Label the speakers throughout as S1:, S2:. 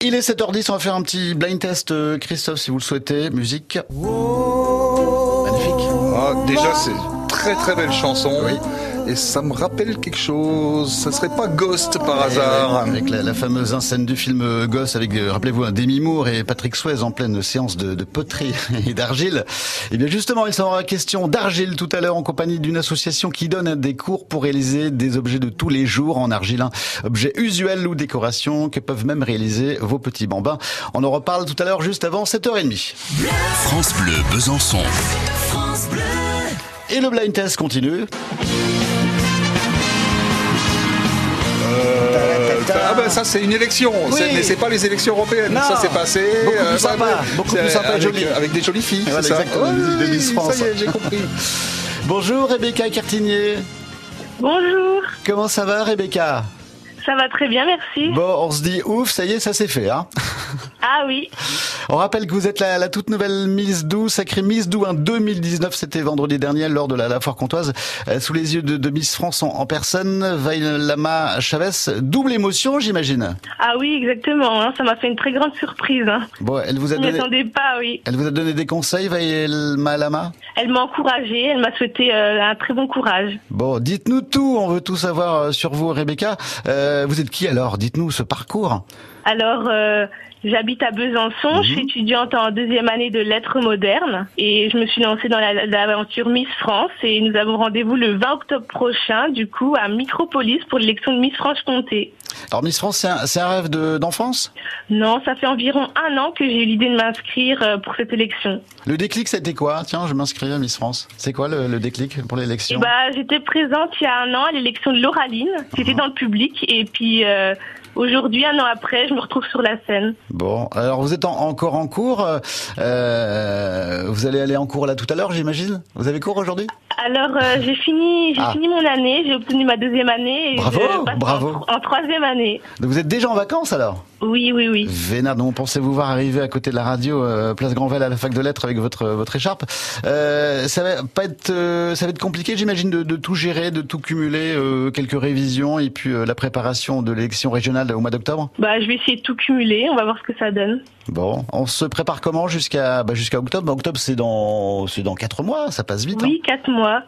S1: Il est 7h10, on va faire un petit blind test, euh, Christophe, si vous le souhaitez. Musique. Magnifique.
S2: Ah, déjà, c'est très très belle chanson. Et ça me rappelle quelque chose. Ça serait pas Ghost
S1: Eh
S2: par hasard.
S1: Avec la, la fameuse scène du film euh, Gosse, avec, euh, rappelez-vous, un Demi Moore et Patrick Swayze en pleine séance de, de poterie et d'argile. Et bien justement, il sera question d'argile tout à l'heure en compagnie d'une association qui donne des cours pour réaliser des objets de tous les jours en argile, hein. objets usuels ou décorations que peuvent même réaliser vos petits bambins. On en reparle tout à l'heure juste avant 7h30.
S3: France Bleu Besançon.
S1: Et le blind test continue.
S2: Euh, ah
S1: bah,
S2: ben ça c'est une élection, C'est- mais c'est pas les élections européennes.
S1: Non.
S2: Ça s'est passé.
S1: Beaucoup plus
S2: ça,
S1: sympa,
S2: ouais.
S1: beaucoup
S2: C'est
S1: plus sympa et
S2: avec,
S1: joli.
S2: euh, avec des jolies filles.
S1: Voilà,
S2: c'est ça.
S1: exactement, les musiques de Miss France.
S2: Ça y est, j'ai compris.
S1: Bonjour Rebecca Cartinier.
S4: Bonjour,
S1: Comment ça va Rebecca
S4: ça va très bien, merci.
S1: Bon, on se dit ouf, ça y est, ça c'est fait. Hein
S4: Ah oui,
S1: on rappelle que vous êtes la, la toute nouvelle Miss Dou, sacrée Miss Dou hein. en 2019, c'était vendredi dernier lors de la, la foire comtoise, euh, sous les yeux de, de Miss France en, en personne, Vailama Chavez, double émotion j'imagine.
S4: ah oui, exactement. hein, Ça m'a fait une très grande surprise. hein.
S1: Bon, elle vous a
S4: Je m'y
S1: donné,
S4: attendais pas, oui.
S1: elle vous a donné des conseils, Vailama Lama
S4: Elle m'a encouragée, elle m'a souhaité euh, un très bon courage.
S1: Bon, dites-nous tout, on veut tout savoir euh, sur vous Rebecca. Euh, vous êtes qui alors Dites-nous ce parcours.
S4: Alors, euh, j'habite à Besançon, je suis étudiante en deuxième année de lettres modernes et je me suis lancée dans la- l'aventure Miss France et nous avons rendez-vous le 20 octobre prochain, du coup, à Micropolis pour l'élection de Miss Franche-Comté.
S1: Alors Miss France, c'est un, c'est un rêve de- d'enfance
S4: Non, ça fait environ un an que j'ai eu l'idée de m'inscrire euh, pour cette élection.
S1: Le déclic, c'était quoi Tiens, je m'inscris à Miss France. C'est quoi le, le déclic pour
S4: Eh
S1: l'élection
S4: ben, j'étais présente il y a un an à l'élection de Lauraline. J'étais
S1: Ah.
S4: dans le public et puis euh, aujourd'hui, un an après, je me retrouve sur la scène.
S1: Bon, alors vous êtes en- encore en cours. euh, euh, vous allez aller en cours là tout à l'heure, j'imagine Vous avez cours aujourd'hui
S4: Alors euh, j'ai fini, j'ai
S1: Ah.
S4: fini mon année, j'ai obtenu ma deuxième année et
S1: Bravo,
S4: je passe en
S1: bravo.
S4: tro- En, troisième année.
S1: Donc vous êtes déjà en vacances alors
S4: Oui, oui, oui.
S1: Vénard, donc pensez-vous voir arriver à côté de la radio euh, Place Grandvel à la fac de lettres avec votre votre écharpe euh, Ça va pas être euh, ça va être compliqué, j'imagine, de, de tout gérer, de tout cumuler, euh, quelques révisions et puis euh, la préparation de l'élection régionale au mois d'octobre.
S4: Bah je vais essayer de tout cumuler, on va voir ce que ça donne.
S1: Bon, on se prépare comment jusqu'à bah, jusqu'à octobre Bah, Octobre, c'est dans c'est dans quatre mois, ça passe vite. hein.
S4: Oui, quatre mois.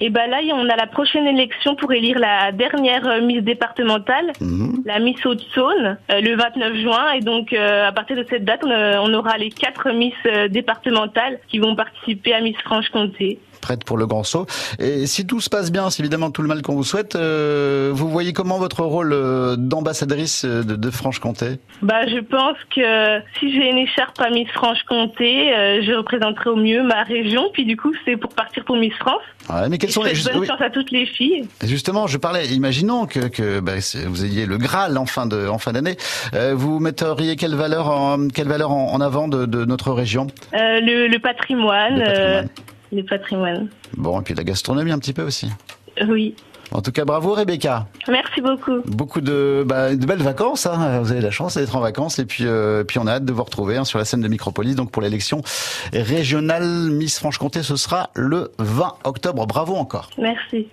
S4: Et ben là, on a la prochaine élection pour élire la dernière euh, Miss départementale,
S1: Mhm.
S4: la Miss Haute-Saône, euh, le 29 juin. Et donc, euh, à partir de cette date, on, euh, on aura les quatre Miss euh, départementales qui vont participer à Miss Franche-Comté.
S1: Prête pour le grand saut. Et si tout se passe bien, c'est évidemment tout le mal qu'on vous souhaite. euh, vous voyez comment votre rôle euh, d'ambassadrice euh, de, de Franche-Comté
S4: Bah, je pense que si j'ai une écharpe à Miss Franche-Comté, euh, je représenterai au mieux ma région. Puis du coup, c'est pour partir pour Miss France.
S1: Ouais, Mais
S4: Et
S1: quels
S4: je
S1: sont les
S4: souhaite
S1: juste-
S4: bonne
S1: oui,
S4: chance à toutes les filles.
S1: justement Je parlais. Imaginons que, que bah, c'est- vous ayez le Graal en fin de en fin d'année. Euh, vous metteriez quelle valeur en, quelle valeur en, en avant de, de notre région
S4: Euh, le, le patrimoine.
S1: Le patrimoine.
S4: euh, le patrimoine.
S1: Bon, et puis la gastronomie un petit peu aussi.
S4: Oui.
S1: En tout cas, bravo Rebecca.
S4: Merci beaucoup.
S1: Beaucoup de, bah, de belles vacances. hein. Vous avez la chance d'être en vacances et puis, euh, puis on a hâte de vous retrouver hein, sur la scène de Micropolis. Donc pour l'élection régionale Miss Franche-Comté, ce sera le 20 octobre. Bravo encore.
S4: Merci.